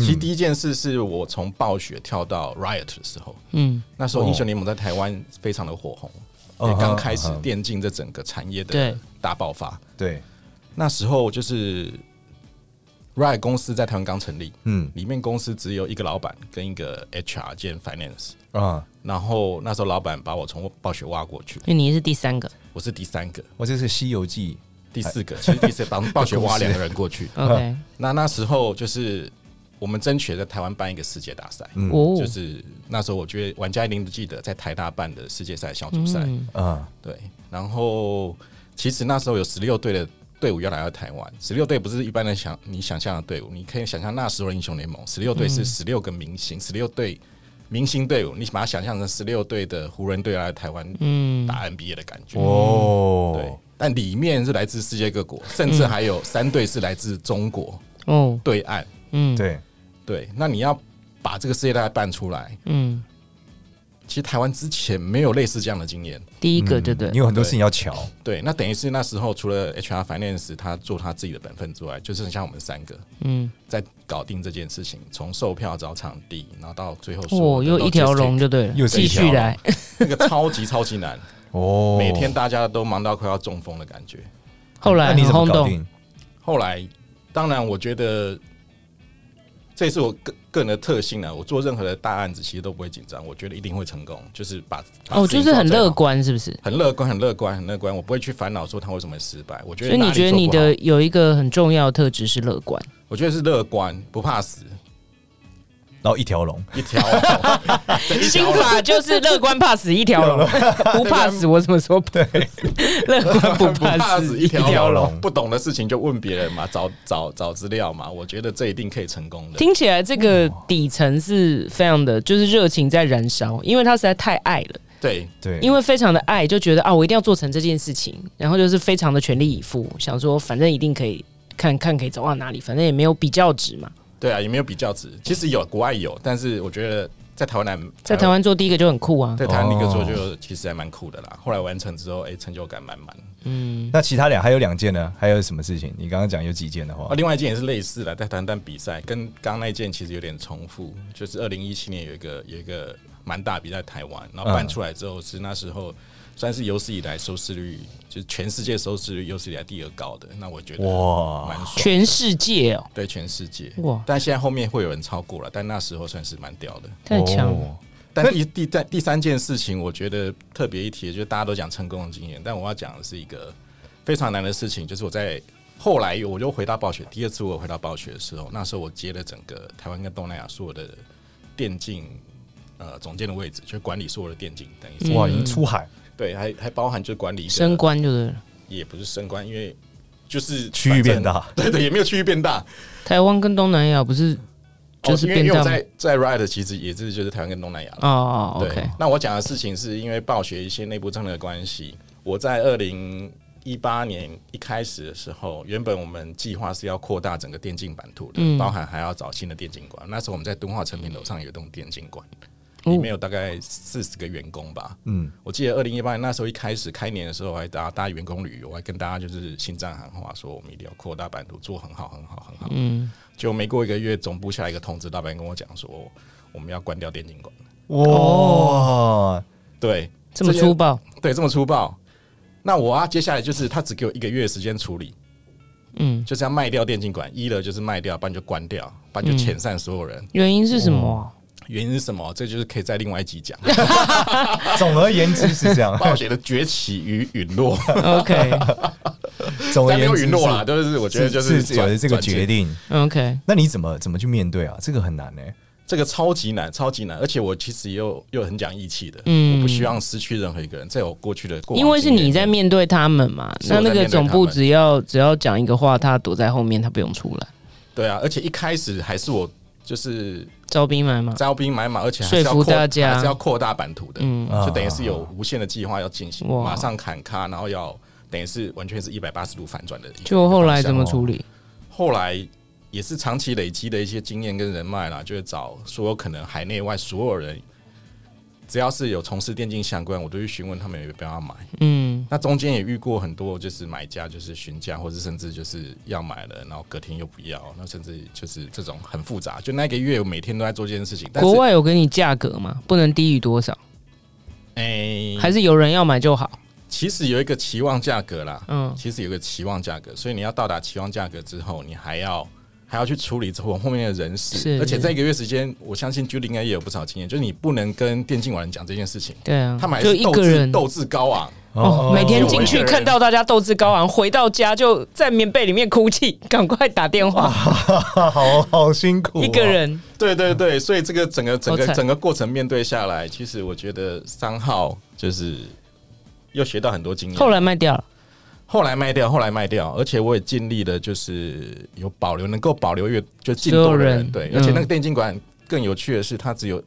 [SPEAKER 3] 其实第一件事是我从暴雪跳到 Riot 的时候，
[SPEAKER 2] 嗯，
[SPEAKER 3] 那时候英雄联盟在台湾非常的火红，
[SPEAKER 1] 哦
[SPEAKER 3] 也哎刚开
[SPEAKER 1] 嗯
[SPEAKER 3] 始
[SPEAKER 1] 哼
[SPEAKER 3] 电竞这整个产业
[SPEAKER 2] 对
[SPEAKER 3] 的大爆发。
[SPEAKER 1] 对，
[SPEAKER 3] 那时候就是 Riot 公司在台湾刚成立，
[SPEAKER 1] 嗯
[SPEAKER 3] 里面公司只有一个老板跟一个 HR 兼 Finance，
[SPEAKER 1] 啊，
[SPEAKER 3] 然后那时候老板把我从暴雪挖过去，
[SPEAKER 2] 因为你是第三个
[SPEAKER 3] 我是第三个、
[SPEAKER 1] 我这是《西游记
[SPEAKER 3] 第四个，其实第四个帮暴雪挖两个人过去。
[SPEAKER 1] 嗯
[SPEAKER 2] ，OK，
[SPEAKER 3] 那那时候就是我们争取在台湾办一个世界大赛，
[SPEAKER 1] 嗯
[SPEAKER 2] 哦
[SPEAKER 3] 就，是那时候我觉得玩家一定都记得在台大办的世界赛小组赛，
[SPEAKER 2] 嗯》
[SPEAKER 1] 啊，
[SPEAKER 3] 对。然后其实那时候有十六队的队伍要来到台湾，十六队不是一般人想你想象的队伍，你可以想象那时候的英雄联盟，十六队是十六个明星，十六队明星队伍，你把它想象成十六队的湖人队来台湾
[SPEAKER 2] 嗯，
[SPEAKER 3] 打 NBA 的感觉，对
[SPEAKER 1] 哦，。
[SPEAKER 3] 但里面是来自世界各国，甚至还有三队是来自中国
[SPEAKER 2] 哦，
[SPEAKER 3] 对岸。
[SPEAKER 2] 嗯，，
[SPEAKER 1] 对，
[SPEAKER 3] 对，那你要把这个世界大赛办出来，
[SPEAKER 2] 嗯，
[SPEAKER 3] 其实台湾之前没有类似这样的经验。
[SPEAKER 2] 第一个对不对
[SPEAKER 1] 嗯你？有很多事情要瞧，
[SPEAKER 3] 对，那等于是那时候除了 HR Finance 他做他自己的本分之外，就剩下我们三个
[SPEAKER 2] 嗯，
[SPEAKER 3] 在搞定这件事情，从售票找场地，然后到最后说
[SPEAKER 2] 哦，又一条龙，就对
[SPEAKER 1] 又
[SPEAKER 2] 了，
[SPEAKER 1] 是一
[SPEAKER 2] 继
[SPEAKER 1] 条
[SPEAKER 2] 续来，
[SPEAKER 3] 那个超级超级难，
[SPEAKER 1] 哦，
[SPEAKER 3] 每天大家都忙到快要中风的感觉。
[SPEAKER 2] 后来
[SPEAKER 1] 那你
[SPEAKER 2] 很
[SPEAKER 1] 怎么
[SPEAKER 2] 轰
[SPEAKER 1] 搞
[SPEAKER 2] 动，
[SPEAKER 1] 定？
[SPEAKER 3] 后来，当然我觉得这也是我个个人的特性啊，我做任何的大案子其实都不会紧张，我觉得一定会成功，就是把把
[SPEAKER 2] 哦，
[SPEAKER 3] 事情
[SPEAKER 2] 就是很
[SPEAKER 3] 做最好
[SPEAKER 2] 乐观，是不是？
[SPEAKER 3] 很乐观，很乐观，很乐观，我不会去烦恼说他为什么失败。我觉
[SPEAKER 2] 所
[SPEAKER 3] 得
[SPEAKER 2] 以
[SPEAKER 3] 哪
[SPEAKER 2] 你
[SPEAKER 3] 里
[SPEAKER 2] 觉得
[SPEAKER 3] 做不
[SPEAKER 2] 你
[SPEAKER 3] 好
[SPEAKER 2] 的，有一个很重要的特质是乐观，
[SPEAKER 3] 我觉得是乐观，不怕死，
[SPEAKER 1] 然后一条龙，
[SPEAKER 3] 一条 龙对一
[SPEAKER 2] 心
[SPEAKER 3] 条龙
[SPEAKER 2] 法就是乐观怕死一条龙， 不怕死。我什么时候对？乐观不
[SPEAKER 3] 不怕
[SPEAKER 2] 怕
[SPEAKER 3] 死
[SPEAKER 2] 死
[SPEAKER 3] 一
[SPEAKER 2] 一
[SPEAKER 3] 条
[SPEAKER 2] 条龙。
[SPEAKER 3] 龙，不懂的事情就问别人嘛，找找找资料嘛，我觉得这一定可以成功的。
[SPEAKER 2] 听起来这个底层是非常的，就是热情在燃烧，因为他实在太爱了，
[SPEAKER 3] 对，
[SPEAKER 1] 对，
[SPEAKER 2] 因为非常的爱，就觉得啊，我一定要做成这件事情，然后就是非常的全力以赴，想说反正一定可以看看可以走到哪里，反正也没有比较值嘛，
[SPEAKER 3] 对啊，也没有比较值，其实有国外有，但是我觉得在台湾来，
[SPEAKER 2] 在台湾做第一个就很酷啊，
[SPEAKER 3] 在台湾一个做就其实还蛮酷的啦。后来完成之后，哎，成就感满满。
[SPEAKER 1] 那其他俩还有两件呢，还有什么事情？你刚刚讲有几件的
[SPEAKER 3] 啊，
[SPEAKER 1] 话，
[SPEAKER 3] 另外一件也是类似的，在谈谈比赛，跟刚刚那一件其实有点重复，就是二零一七年有一个有一个蛮大笔在台湾，然后办出来之后是那时候算是有史以来收视率，就是全世界收视率有史以来第二高的。那我觉得
[SPEAKER 1] 哇
[SPEAKER 3] 蛮爽，
[SPEAKER 2] 全世界哦，
[SPEAKER 3] 对全世界
[SPEAKER 2] 哇
[SPEAKER 3] 但现在后面会有人超过了，但那时候算是蛮屌的。
[SPEAKER 2] 太强了。
[SPEAKER 1] 哦
[SPEAKER 3] 但第第在第三件事情，我觉得特别一提，就是大家都讲成功的经验，但我要讲的是一个非常难的事情，就是我在后来我就回到暴雪，第二次我回到暴雪的时候，那时候我接了整个台湾跟东南亚所有的电竞呃总监的位置，就管理所有的电竞，等于是、
[SPEAKER 1] 哇，已经出海
[SPEAKER 3] 对，还还包含就管理一
[SPEAKER 2] 嗯
[SPEAKER 3] 个
[SPEAKER 2] 升官就对了。
[SPEAKER 3] 也不是升官，因为就是
[SPEAKER 1] 区域变大，
[SPEAKER 3] 对对，也没有区域变大，
[SPEAKER 2] 台湾跟东南亚不是就是
[SPEAKER 3] 哦因为因
[SPEAKER 2] 变
[SPEAKER 3] 为
[SPEAKER 2] 大
[SPEAKER 3] 我
[SPEAKER 2] 吗
[SPEAKER 3] 在在 Riot 其实也是就是台湾跟东南亚了。
[SPEAKER 2] 哦
[SPEAKER 3] 对
[SPEAKER 2] ，OK，
[SPEAKER 3] 那我讲的事情是因为暴雪一些内部政策的关系，我在二零一八年一开始的时候，原本我们计划是要扩大整个电竞版图的，
[SPEAKER 2] 嗯
[SPEAKER 3] 包含还要找新的电竞馆。那时候我们在敦化成品楼上有一栋电竞馆，
[SPEAKER 2] 哦
[SPEAKER 3] 里面有大概四十个员工吧。
[SPEAKER 1] 嗯，
[SPEAKER 3] 我记得二零一八年那时候一开始开年的时候，我还搭搭员工旅游，我还跟大家就是心脏喊话啊说，我们一定要扩大版图，做很好，很好，很好。
[SPEAKER 2] 嗯，
[SPEAKER 3] 就没过一个月，总部下来一个通知，老板跟我讲说，我们要关掉电竞馆。
[SPEAKER 1] 哇，
[SPEAKER 3] 对，
[SPEAKER 2] 这么
[SPEAKER 3] 这
[SPEAKER 2] 粗暴，
[SPEAKER 3] 对，这么粗暴。那我啊，接下来就是他只给我一个月的时间处理，
[SPEAKER 2] 嗯，
[SPEAKER 3] 就是要卖掉电竞馆，一了就是卖掉，不然就关掉，不然就遣散所有人。
[SPEAKER 2] 原因是什么啊？
[SPEAKER 3] 原因是什么？这就是可以在另外一集讲
[SPEAKER 1] 总而言之是这 样，
[SPEAKER 3] 暴雪的崛起与陨落，
[SPEAKER 2] OK
[SPEAKER 1] 总而
[SPEAKER 3] 但没
[SPEAKER 1] 言
[SPEAKER 3] 有
[SPEAKER 1] 之
[SPEAKER 3] 陨落啦，
[SPEAKER 1] 是
[SPEAKER 3] 就是我觉得就是这
[SPEAKER 1] 指
[SPEAKER 3] 个
[SPEAKER 1] 的这个
[SPEAKER 3] 转折
[SPEAKER 1] 决，定，
[SPEAKER 2] OK，
[SPEAKER 1] 那你怎么怎么去面对啊？这个很难呢。
[SPEAKER 3] 这个超级难，超级难，而且我其实又又很讲义气的，
[SPEAKER 2] 嗯
[SPEAKER 3] 我不希望失去任何一个人，在我过去的过往
[SPEAKER 2] 因为是
[SPEAKER 3] 经验
[SPEAKER 2] 你在
[SPEAKER 3] 中
[SPEAKER 2] 面对他们嘛，
[SPEAKER 3] 是
[SPEAKER 2] 那
[SPEAKER 3] 我在
[SPEAKER 2] 那个
[SPEAKER 3] 面对
[SPEAKER 2] 总
[SPEAKER 3] 他
[SPEAKER 2] 部
[SPEAKER 3] 们
[SPEAKER 2] 只要只要讲一个话，他躲在后面，他不用出来，
[SPEAKER 3] 对啊，而且一开始还是我就是
[SPEAKER 2] 招兵买马。
[SPEAKER 3] 招兵买马，而且还是要
[SPEAKER 2] 说服
[SPEAKER 3] 扩
[SPEAKER 2] 大家
[SPEAKER 3] 还是要扩大版图的，
[SPEAKER 2] 嗯
[SPEAKER 1] 啊
[SPEAKER 3] 就等于是有无限的计划要进行，
[SPEAKER 2] 哇
[SPEAKER 3] 马上砍咖，然后要等于是完全是一百八十度反转的一个。
[SPEAKER 2] 就后来怎么
[SPEAKER 3] 一个方
[SPEAKER 2] 处理？
[SPEAKER 3] 向？后来也是长期累积的一些经验跟人脉啦，就是找所有可能海内外所有人，只要是有从事电竞相关，我都去询问他们有没有要买。
[SPEAKER 2] 嗯，
[SPEAKER 3] 那中间也遇过很多，就是买家就是询价，或者甚至就是要买了，然后隔天又不要，那甚至就是这种很复杂。就那个月，我每天都在做这件事情。但是
[SPEAKER 2] 国外有给你价格吗？不能低于多少？
[SPEAKER 3] 哎，
[SPEAKER 2] 还是有人要买就好？
[SPEAKER 3] 其实有一个期望价格啦，
[SPEAKER 2] 嗯
[SPEAKER 3] 其实有个期望价格，所以你要到达期望价格之后，你还要还要去处理之后后面的人事
[SPEAKER 2] 是，
[SPEAKER 3] 而且在一个月时间，我相信 Judy 应该也有不少经验，就是你不能跟电竞网人讲这件事情，
[SPEAKER 2] 对啊，
[SPEAKER 3] 他们还
[SPEAKER 2] 就是一
[SPEAKER 3] 斗
[SPEAKER 2] 个
[SPEAKER 3] 志
[SPEAKER 2] 人
[SPEAKER 3] 斗志高昂，
[SPEAKER 2] 哦，每天进
[SPEAKER 3] 有
[SPEAKER 2] 去
[SPEAKER 3] 一个人
[SPEAKER 2] 看到大家斗志高昂，回到家就在棉被里面哭泣， 赶快打电话，
[SPEAKER 1] 好好辛苦哦，
[SPEAKER 2] 一个人
[SPEAKER 3] 对对对，所以这个整个整
[SPEAKER 2] 好
[SPEAKER 3] 个
[SPEAKER 2] 惨
[SPEAKER 3] 整个过程面对下来，其实我觉得三号就是又学到很多经验，
[SPEAKER 2] 后来卖掉了。
[SPEAKER 3] 嗯后来卖掉，后来卖掉，而且我也尽力的，就是有保留，能够保留越就尽
[SPEAKER 2] 所
[SPEAKER 3] 多
[SPEAKER 2] 有
[SPEAKER 3] 的人
[SPEAKER 2] 人
[SPEAKER 3] 对，
[SPEAKER 2] 嗯
[SPEAKER 3] 而且那个电竞馆更有趣的是，它只有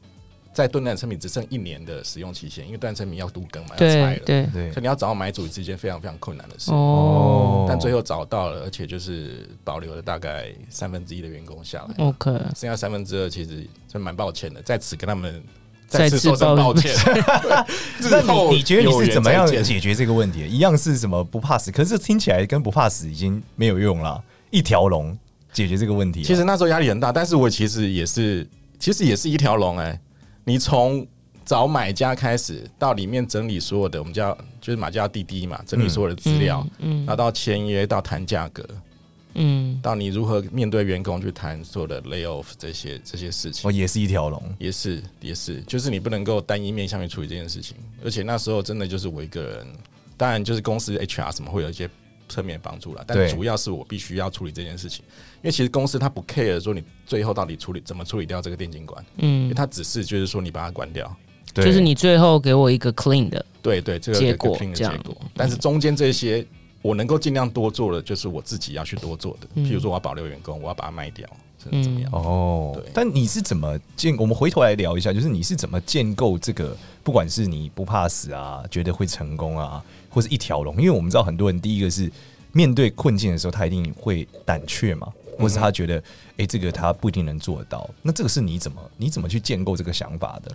[SPEAKER 3] 在盾战产品只剩一年的使用期限，因为断产品要都更嘛，要拆
[SPEAKER 2] 对
[SPEAKER 3] 了，
[SPEAKER 2] 对，
[SPEAKER 1] 对
[SPEAKER 3] 所以你要找买主是一件非常非常困难的事。
[SPEAKER 2] 哦
[SPEAKER 1] 哦
[SPEAKER 3] 但最后找到了，而且就是保留了大概三分之一的员工下来，
[SPEAKER 2] 哦，OK，
[SPEAKER 3] 剩下三分之二其实就蛮抱歉的，在此跟他们
[SPEAKER 2] 再
[SPEAKER 3] 次
[SPEAKER 2] 次
[SPEAKER 3] 说声
[SPEAKER 2] 抱
[SPEAKER 3] 抱歉。
[SPEAKER 1] 那
[SPEAKER 3] 那
[SPEAKER 1] 你你觉得你是怎么样解决这个问题？一样是什么不怕死？可是听起来跟不怕死已经没有用了，一条龙解决这个问题了。啊
[SPEAKER 3] 其实那时候压力很大，但是我其实也是，其实也是一条龙哎。你从找买家开始，到里面整理所有的，我们叫就是买家滴滴嘛，整理所有的资料，
[SPEAKER 2] 嗯
[SPEAKER 3] 然后到签约，到谈价格，
[SPEAKER 2] 嗯，
[SPEAKER 3] 到你如何面对员工去谈所有的 layoff 这些这些事情。
[SPEAKER 1] 哦我也是一条龙，
[SPEAKER 3] 也是也是，就是你不能够单一面向去处理这件事情，而且那时候真的就是我一个人，当然就是公司 HR 什么会有一些侧面帮助啦，但
[SPEAKER 1] 对
[SPEAKER 3] 主要是我必须要处理这件事情，因为其实公司它不 care 说你最后到底处理怎么处理掉这个电竞馆，
[SPEAKER 2] 嗯
[SPEAKER 3] 因为，它只是就是说你把它关掉，
[SPEAKER 1] 对
[SPEAKER 2] 就是你最后给我一个 clean 的，
[SPEAKER 3] 对对，这个
[SPEAKER 2] 结果
[SPEAKER 3] clean 的
[SPEAKER 2] 这样
[SPEAKER 3] 结果，但是中间这些我能够尽量多做的，就是我自己要去多做的，譬如说我要保留员工，我要把它卖掉，甚至怎么样。
[SPEAKER 1] 哦
[SPEAKER 3] 对。
[SPEAKER 1] 但你是怎么建？我们回头来聊一下，就是你是怎么建构这个，不管是你不怕死啊，觉得会成功啊，或是一条龙，因为我们知道很多人第一个是面对困境的时候，他一定会胆怯嘛，或是他觉得，诶，这个他不一定能做得到。那这个是你怎么你怎么去建构这个想法的？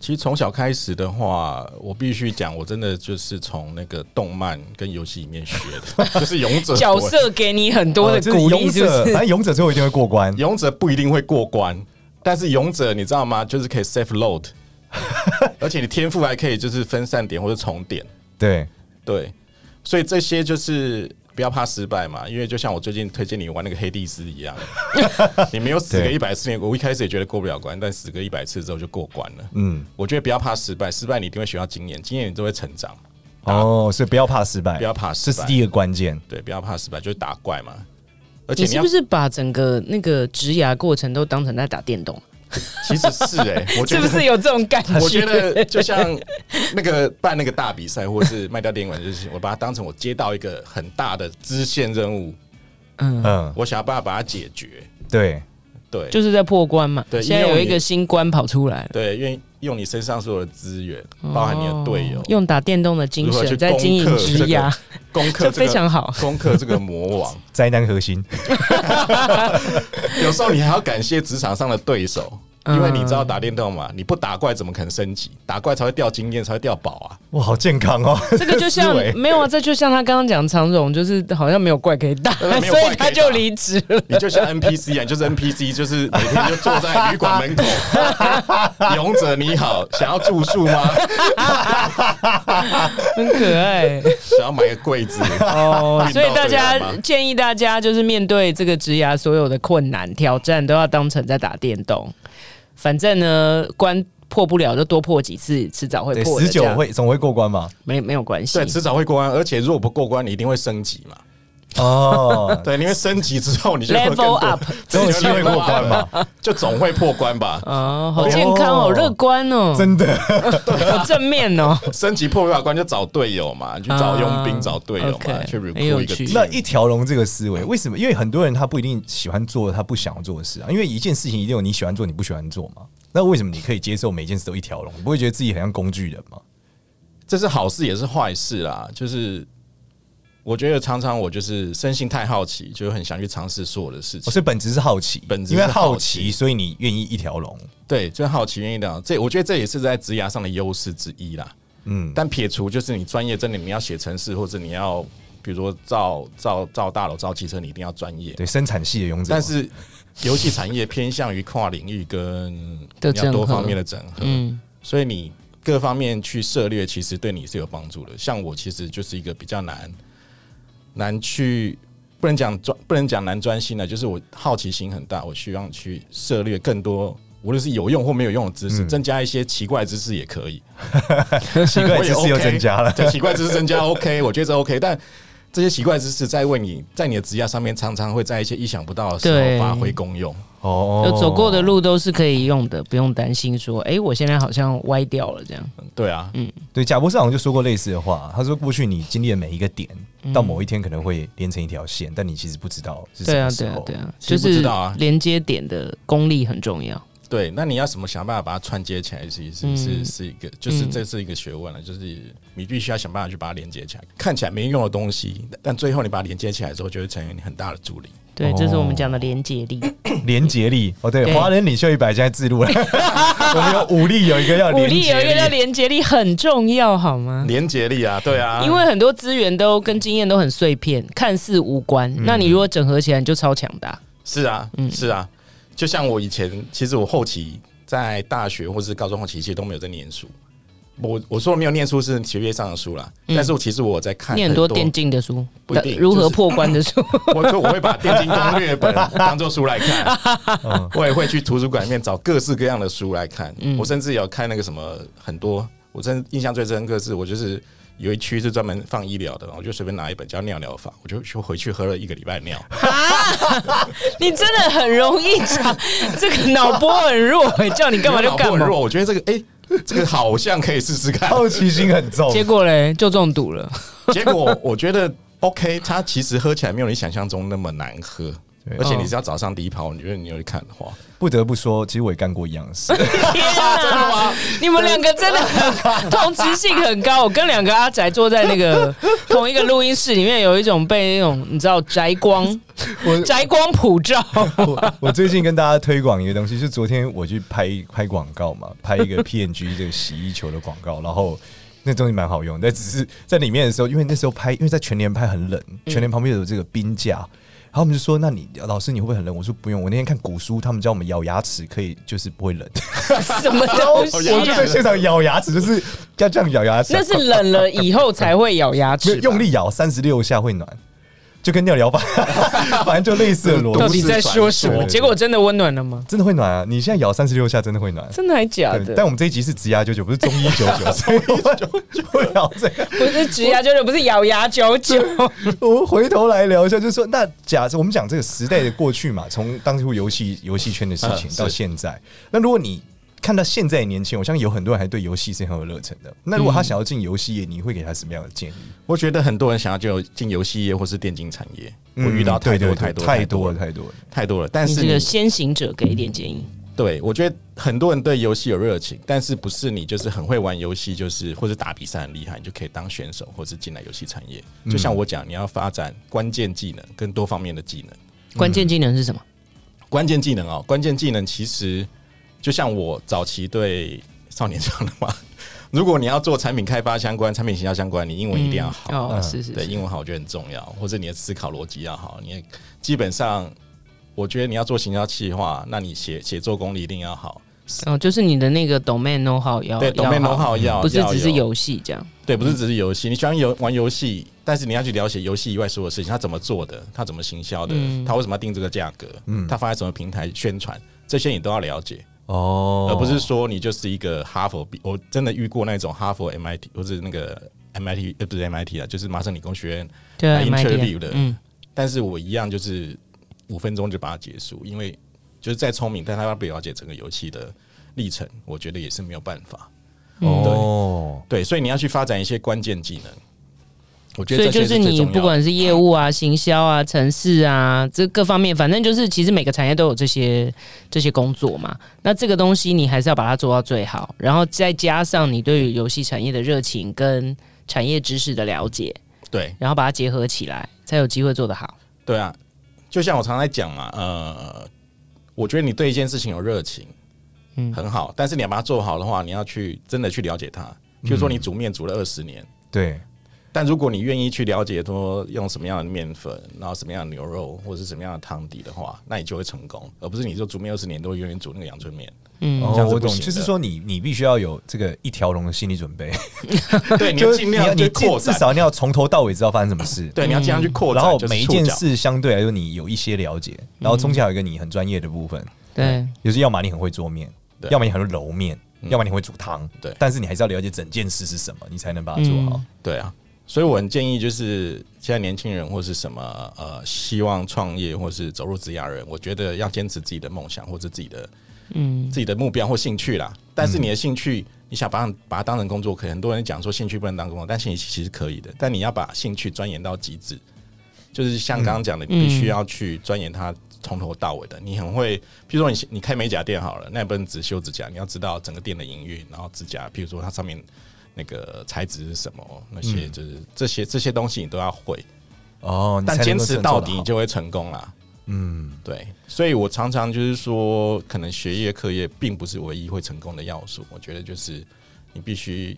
[SPEAKER 3] 其实从小开始的话，我必须讲，我真的就是从那个动漫跟游戏里面学的， 就是勇者
[SPEAKER 2] 角色给你很多
[SPEAKER 1] 哦
[SPEAKER 2] 的
[SPEAKER 1] 就是
[SPEAKER 2] 鼓励，
[SPEAKER 1] 勇
[SPEAKER 2] 是
[SPEAKER 1] 者，
[SPEAKER 2] 不
[SPEAKER 1] 反
[SPEAKER 3] 哎
[SPEAKER 1] 正
[SPEAKER 2] 是？
[SPEAKER 1] 勇者最后一 定会过关。
[SPEAKER 3] 勇者不一定会过关，但是勇者你知道吗？就是可以 safe load， 而且你天赋还可以就是分散点或者重点，
[SPEAKER 1] 对，
[SPEAKER 3] 对，所以这些就是不要怕失败嘛，因为就像我最近推荐你玩那个黑帝斯 一样，你没有死个
[SPEAKER 1] 对
[SPEAKER 3] 一百次，我一开始也觉得过不了关，但死个一百次之后就过关了。
[SPEAKER 1] 嗯，
[SPEAKER 3] 我觉得不要怕失败，失败你一定会学到经验，经验你就会成长。
[SPEAKER 1] 哦，所以不要怕失败，
[SPEAKER 3] 不要怕失败
[SPEAKER 1] 这是第一个关键。
[SPEAKER 3] 对，不要怕失败，就是打怪嘛。而且
[SPEAKER 2] 你
[SPEAKER 3] 你
[SPEAKER 2] 是
[SPEAKER 3] 要
[SPEAKER 2] 不是把整个那个植牙过程都当成在打电动？
[SPEAKER 3] 其实是哎、我觉
[SPEAKER 2] 是不
[SPEAKER 3] 得
[SPEAKER 2] 是有这种感觉？
[SPEAKER 3] 我觉得就像那个办那个大比赛，或是卖掉电玩，就是我把它当成我接到一个很大的支线任务，
[SPEAKER 2] 嗯，
[SPEAKER 1] 嗯，
[SPEAKER 3] 我想要办法把它解决。
[SPEAKER 1] 对，
[SPEAKER 3] 对，
[SPEAKER 2] 就是在破关嘛。
[SPEAKER 3] 对
[SPEAKER 2] 现在有一个新关跑出来了，
[SPEAKER 3] 对，因为用你身上所有的资源，包含你的队友
[SPEAKER 2] 哦，用打电动的精
[SPEAKER 3] 如何去
[SPEAKER 2] 神在经营植牙，
[SPEAKER 3] 攻克
[SPEAKER 2] 就
[SPEAKER 3] 这
[SPEAKER 2] 非
[SPEAKER 3] 个
[SPEAKER 2] 常好。
[SPEAKER 3] 攻克这个魔王。
[SPEAKER 1] 灾难核心，
[SPEAKER 3] 有时候你还要感谢职场上的对手，
[SPEAKER 2] 嗯
[SPEAKER 3] 因为你知道打电动嘛，你不打怪怎么可能升级？打怪才会掉经验，才会掉宝啊。
[SPEAKER 1] 哇，好健康哦。
[SPEAKER 2] 这个就像
[SPEAKER 1] 思维
[SPEAKER 2] 没有啊，这就像他刚刚讲常总，就是好像没有怪可以打，
[SPEAKER 3] 对没有
[SPEAKER 2] 所
[SPEAKER 3] 怪可以打
[SPEAKER 2] 以他就离职了。
[SPEAKER 3] 你就像 NPC 啊，你就是 NPC，就是每天就坐在旅馆 门口，勇者你好，想要住宿吗？
[SPEAKER 2] 很可 爱
[SPEAKER 3] 想要买个柜子？
[SPEAKER 2] 哦，所以大
[SPEAKER 3] 运动对
[SPEAKER 2] 家
[SPEAKER 3] 吗
[SPEAKER 2] 建议大家就是面对这个职涯所有的困难挑战，都要当成在打电动。反正呢，关破不了就多破几次，迟早会
[SPEAKER 1] 对，
[SPEAKER 2] 破的。
[SPEAKER 1] 十
[SPEAKER 2] 这
[SPEAKER 1] 九
[SPEAKER 2] 样
[SPEAKER 1] 会总会过关 嘛。
[SPEAKER 2] 没没有关系
[SPEAKER 3] 对，。迟早会过关，而且如果不过关，你一定会升级嘛。
[SPEAKER 1] 哦，
[SPEAKER 3] 对，因为升级之后你就会有更
[SPEAKER 2] Level
[SPEAKER 3] 多
[SPEAKER 2] up
[SPEAKER 1] 总有机会过关 嘛，
[SPEAKER 3] 就总会破关吧。
[SPEAKER 2] 哦，好健康哦，
[SPEAKER 1] 哦
[SPEAKER 2] 乐观哦，
[SPEAKER 1] 真的，
[SPEAKER 2] 好正面哦。
[SPEAKER 3] 升级破不关就找队友嘛，你去找佣兵、
[SPEAKER 2] 啊
[SPEAKER 3] 找队友嘛，
[SPEAKER 2] OK，
[SPEAKER 3] 去
[SPEAKER 2] 很有
[SPEAKER 3] recruit 一个
[SPEAKER 2] 趣
[SPEAKER 3] team
[SPEAKER 1] 那一条龙这个思维为什么？因为很多人他不一定喜欢做他不想做的事啊，因为一件事情一定有你喜欢做你不喜欢做嘛。那为什么你可以接受每件事都一条龙？你不会觉得自己很像工具人吗？
[SPEAKER 3] 这是好事也是坏事啦。就是我觉得常常我就是生性太好奇，就很想去尝试所有的事
[SPEAKER 1] 哦
[SPEAKER 3] 情。
[SPEAKER 1] 所以本质是好奇，
[SPEAKER 3] 本质
[SPEAKER 1] 因为
[SPEAKER 3] 是好
[SPEAKER 1] 好
[SPEAKER 3] 奇
[SPEAKER 1] 奇，所以你愿意一条龙。
[SPEAKER 3] 对，就好奇愿意的。啊这我觉得这也是在职涯上的优势之一啦。
[SPEAKER 1] 嗯，
[SPEAKER 3] 但撇除就是你专业真的你要写程式，或者你要比如说造造造大楼、造汽车，你一定要专业。
[SPEAKER 1] 对，生产系的 勇者嘛。
[SPEAKER 3] 但是游戏产业偏向于跨领域跟
[SPEAKER 2] 的
[SPEAKER 3] 你要多
[SPEAKER 2] 整合
[SPEAKER 3] 方面的整合。
[SPEAKER 2] 嗯，
[SPEAKER 3] 所以你各方面去涉猎，其实对你是有帮助的。像我其实就是一个比较难难去，不能讲专，不能讲难专心的，啊就是我好奇心很大，我希望去涉猎更多。无论是有用或没有用的知识，增加一些奇怪的知识也可以。
[SPEAKER 1] 奇怪知
[SPEAKER 3] 我
[SPEAKER 1] 识
[SPEAKER 3] 也
[SPEAKER 1] 又
[SPEAKER 3] OK，
[SPEAKER 1] 增加了。
[SPEAKER 3] 对，奇怪知识增加 OK，我觉得这 OK。但这些奇怪知识在为你在你的职业上面，常常会在一些意想不到的时
[SPEAKER 2] 对
[SPEAKER 3] 候发挥功用。
[SPEAKER 1] 哦
[SPEAKER 2] 有走过的路都是可以用的，不用担心说，哎，我现在好像歪掉了这样。
[SPEAKER 3] 对啊，
[SPEAKER 1] 对，贾博士好像就说过类似的话。他说，过去你经历的每一个点，
[SPEAKER 2] 嗯
[SPEAKER 1] 到某一天可能会连成一条线，但你其实不知道是什
[SPEAKER 2] 对啊，
[SPEAKER 1] 么时
[SPEAKER 2] 对啊
[SPEAKER 1] 候，。
[SPEAKER 2] 对啊，
[SPEAKER 3] 其
[SPEAKER 2] 就
[SPEAKER 3] 实不知
[SPEAKER 2] 是
[SPEAKER 3] 道啊哦
[SPEAKER 2] 连接点的功力很重要。
[SPEAKER 3] 对，那你要什么想办法把它串接起来？其实是
[SPEAKER 2] 嗯
[SPEAKER 3] 是是一个，就是这是一个学问了，就是你必须要想办法去把它连接起来。看起来没用的东西，但最后你把它连接起来之后，就会成为你很大的助力。
[SPEAKER 2] 对，
[SPEAKER 1] 哦
[SPEAKER 2] 这是我们讲的连接 力。
[SPEAKER 1] 连结力哦，对，
[SPEAKER 2] 对
[SPEAKER 1] 华人领袖一百现在自录了， 我们有武力有一个
[SPEAKER 3] 啊
[SPEAKER 1] 要
[SPEAKER 2] 武
[SPEAKER 1] 连
[SPEAKER 2] 力有一个叫
[SPEAKER 1] 结力，
[SPEAKER 2] 连接力很重要，好吗？
[SPEAKER 3] 连接力啊，对啊，
[SPEAKER 2] 嗯因为很多资源都跟经验都很碎片，看似无关，
[SPEAKER 3] 嗯
[SPEAKER 2] 那你如果整合起来，你就超强大。
[SPEAKER 3] 是啊，
[SPEAKER 2] 嗯
[SPEAKER 3] 是啊，就像我以前，其实我后期在大学或是高中后期，其实都没有在念书。我我说的没有念书是学业上的书啦，但是我其实我有在看
[SPEAKER 2] 念嗯很
[SPEAKER 3] 很
[SPEAKER 2] 多电竞的书，呃
[SPEAKER 3] 不一定
[SPEAKER 2] 如何
[SPEAKER 3] 就是
[SPEAKER 2] 破关的书，
[SPEAKER 3] 我就我会把《电竞攻略本》当做书来看，我也会去图书馆里面找各式各样的书来看。
[SPEAKER 2] 嗯
[SPEAKER 3] 我甚至有看那个什么很多，我真印象最深刻是，我就是有一区是专门放医疗的，我就随便拿一本叫《尿疗法》，我就就回去喝了一个礼拜尿。
[SPEAKER 2] 你真的很容易长，这个脑波很 弱，叫你干嘛就干
[SPEAKER 3] 因为脑部很
[SPEAKER 2] 嘛。
[SPEAKER 3] 弱，我觉得这个哎、这个好像可以试试 看。
[SPEAKER 1] 好奇心很重。
[SPEAKER 2] 结果嘞，就中毒了。
[SPEAKER 3] 结果我觉得 OK，它其实喝起来没有你想象中那么难喝
[SPEAKER 1] 对。
[SPEAKER 3] 而且
[SPEAKER 2] 嗯
[SPEAKER 3] 你只要早上第一泡，你觉得你有去看的话，
[SPEAKER 1] 不得不说，其实我也干过一样的事。
[SPEAKER 2] 天啊！你们两个真的很同质性很高。我跟两个阿宅坐在那 个同一个录音室里面，有一种被那种你知道宅光
[SPEAKER 1] 我
[SPEAKER 2] 宅光普 照。
[SPEAKER 1] 我我最近跟大家推广一个东西，就昨天我去拍拍广告嘛，拍一 个 PNG 这个洗衣球的广告，然后那东西蛮好
[SPEAKER 2] 嗯
[SPEAKER 1] 用，但只是在里面的时候，因为那时候拍，因为在全年拍很冷，全年旁边有这个冰架。然后我们就说，那你老师你会不会很冷？我说不用，我那天看古书，他们教我们咬牙齿可以就是不会冷，
[SPEAKER 2] 什么东西、
[SPEAKER 1] 我就在
[SPEAKER 2] 啊？
[SPEAKER 1] 现场咬牙齿，就是要这样咬牙齿，
[SPEAKER 2] 那是冷了以后才会咬牙
[SPEAKER 1] 没
[SPEAKER 2] 齿
[SPEAKER 1] 有
[SPEAKER 2] 吧，
[SPEAKER 1] 用力咬三十六下会暖，就跟尿疗法， 反正就类似的逻
[SPEAKER 2] 到
[SPEAKER 1] 辑，
[SPEAKER 2] 底在说什
[SPEAKER 1] 对
[SPEAKER 2] 么？
[SPEAKER 1] 对对
[SPEAKER 2] 结果真的温暖了吗？
[SPEAKER 1] 真的会暖啊！你现在咬三十六下真的会暖。
[SPEAKER 2] 真的还假
[SPEAKER 1] 对
[SPEAKER 2] 的？
[SPEAKER 1] 但我们这一集是植牙九九，不是中医九九，所以我就不聊这个。
[SPEAKER 2] 不是植牙九九，不是咬牙 九九。
[SPEAKER 1] 我们回头来聊一下，就是说，那假设我们讲这个时代的过去嘛，从当初游戏游戏圈的事情
[SPEAKER 3] 嗯是
[SPEAKER 1] 到现在，那如果你看到现在的年轻人，我相信有很多人还对游戏是很有热忱的。那如果他想要进游戏业，你会给他什么样的建议？
[SPEAKER 3] 我觉得很多人想要就进游戏业或是电竞产业，我遇
[SPEAKER 1] 嗯
[SPEAKER 3] 到太
[SPEAKER 1] 对对
[SPEAKER 3] 多太多
[SPEAKER 1] 对太多
[SPEAKER 3] 多
[SPEAKER 1] 了太多了。
[SPEAKER 3] 太多了。但
[SPEAKER 2] 你
[SPEAKER 3] 是
[SPEAKER 2] 这个
[SPEAKER 3] 你
[SPEAKER 2] 先行者，给一点建议。
[SPEAKER 3] 对我觉得很多人对游戏有热情，但是不是你就是很会玩游戏，就是或者打比赛很厉害，你就可以当选手或是进来游戏产业。
[SPEAKER 1] 嗯
[SPEAKER 3] 就像我讲，你要发展关键技能跟多方面的技能。
[SPEAKER 2] 关键技能是什么？
[SPEAKER 3] 关键技能哦，关键技能其实就像我早期对少年讲的嘛，如果你要做产品开发相关、产品形象相关，你英文一定要好。
[SPEAKER 2] 哦，
[SPEAKER 1] 嗯
[SPEAKER 2] 是是
[SPEAKER 3] 对，
[SPEAKER 2] 是。
[SPEAKER 3] 英文好我觉得很重要，或者你的思考逻辑要好。你也基本上，我觉得你要做行销企划，那你写写作功力一定要好。
[SPEAKER 2] 哦，就是你的那个 domain know how 要
[SPEAKER 3] 对
[SPEAKER 2] 哦要
[SPEAKER 3] ，domain know how 要
[SPEAKER 2] 不是
[SPEAKER 3] 哦要
[SPEAKER 2] 只是
[SPEAKER 3] 有
[SPEAKER 2] 游戏这样。
[SPEAKER 3] 对，不是只是游戏，你喜欢游玩游戏，但是你要去了解游戏以外所有事情，它怎么做的，它怎么行销的，
[SPEAKER 2] 嗯
[SPEAKER 3] 它为什么要定这个价格，它放在什么平台宣传，这些你都要了解，
[SPEAKER 1] 哦
[SPEAKER 3] 而不是说你就是一个哈佛毕，我真的遇过那种哈佛 MIT 或者那个 MIT 呃不是 MIT 啊，就是麻省理工学院，
[SPEAKER 2] 对啊，
[SPEAKER 3] 来 interview
[SPEAKER 2] idea
[SPEAKER 3] 的
[SPEAKER 2] 嗯，
[SPEAKER 3] 但是我一样就是五分钟就把它结束，因为就是再聪明，但他不了解整个游戏的历程，我觉得也是没有办法。
[SPEAKER 1] 哦，
[SPEAKER 3] 对，所以你要去发展一些关键技能。我觉
[SPEAKER 2] 所
[SPEAKER 3] 得
[SPEAKER 2] 以
[SPEAKER 3] 这
[SPEAKER 2] 就
[SPEAKER 3] 些
[SPEAKER 2] 是
[SPEAKER 3] 是最重
[SPEAKER 2] 你
[SPEAKER 3] 要的
[SPEAKER 2] 不管是业务啊、行销啊、城市啊，这各方面，反正就是其实每个产业都有这些这些工作嘛。那这个东西你还是要把它做到最好，然后再加上你对于游戏产业的热情跟产业知识的了解，
[SPEAKER 3] 对
[SPEAKER 2] 然后把它结合起来，才有机会做得好。
[SPEAKER 3] 对啊，就像我常在讲嘛，呃，我觉得你对一件事情有热情，
[SPEAKER 2] 嗯
[SPEAKER 3] 很好，但是你要把它做好的话，你要去真的去了解它。譬如
[SPEAKER 2] 嗯
[SPEAKER 3] 说，你煮面煮了二十年，
[SPEAKER 1] 对，
[SPEAKER 3] 但如果你愿意去了解说用什么样的面粉，然后什么样的牛肉或者是什么样的汤底的话，那你就会成功，而不是你就煮面二十年都永远煮那个阳春面。
[SPEAKER 2] 嗯，
[SPEAKER 1] 哦
[SPEAKER 3] 这，样是
[SPEAKER 1] 我
[SPEAKER 3] 不
[SPEAKER 1] 懂，
[SPEAKER 3] 行的
[SPEAKER 1] 就是说你你必须要有这个一条龙的心理准备，
[SPEAKER 3] 对，你 要
[SPEAKER 1] 就是
[SPEAKER 3] 尽
[SPEAKER 1] 你要
[SPEAKER 3] 量
[SPEAKER 1] 你
[SPEAKER 3] 去
[SPEAKER 1] 至
[SPEAKER 3] 扩
[SPEAKER 1] 至
[SPEAKER 3] 展，
[SPEAKER 1] 少你要从头到尾知道发生什么事，
[SPEAKER 3] 对，你要尽量去扩展，
[SPEAKER 1] 然后
[SPEAKER 3] 就是
[SPEAKER 1] 每一
[SPEAKER 3] 触
[SPEAKER 1] 件
[SPEAKER 3] 角
[SPEAKER 1] 事相对来说你有一些了解，然后中间还有一个你很专业的部分，
[SPEAKER 2] 对，
[SPEAKER 1] 就是要么你很会做面，
[SPEAKER 3] 嗯对
[SPEAKER 1] 要么你很会揉面，
[SPEAKER 3] 嗯
[SPEAKER 1] 要么你会煮汤，
[SPEAKER 3] 对
[SPEAKER 1] 但是你还是要了解整件事是什么，你才能把它做好
[SPEAKER 2] 嗯。
[SPEAKER 3] 对啊，所以我很建议，就是现在年轻人或是什么呃，希望创业或是走入职涯人，我觉得要坚持自己的梦想或者自己的
[SPEAKER 2] 嗯，
[SPEAKER 3] 自己的目标或兴趣啦。但是你的兴趣，你想把它把它当成工作，可以很多人讲说兴趣不能当工作，但是你其实可以的。但你要把兴趣钻研到极致，嗯就是像刚刚讲的，你必须要去钻研它从头到尾的。你很会，譬如说你你开美甲店好了，那也不能只修指甲，你要知道整个店的营运，然后指甲，譬如说它上面那个材质是什么，那些就是这些这些东西你都要会。
[SPEAKER 1] 嗯哦，你
[SPEAKER 3] 但
[SPEAKER 1] 才能
[SPEAKER 3] 坚
[SPEAKER 1] 够
[SPEAKER 3] 持
[SPEAKER 1] 真的
[SPEAKER 3] 到
[SPEAKER 1] 做得
[SPEAKER 3] 底
[SPEAKER 1] 好
[SPEAKER 3] 你就会成功啦。
[SPEAKER 1] 嗯，
[SPEAKER 3] 对，所以我常常就是说，可能学业课业并不是唯一会成功的要素。我觉得就是你必须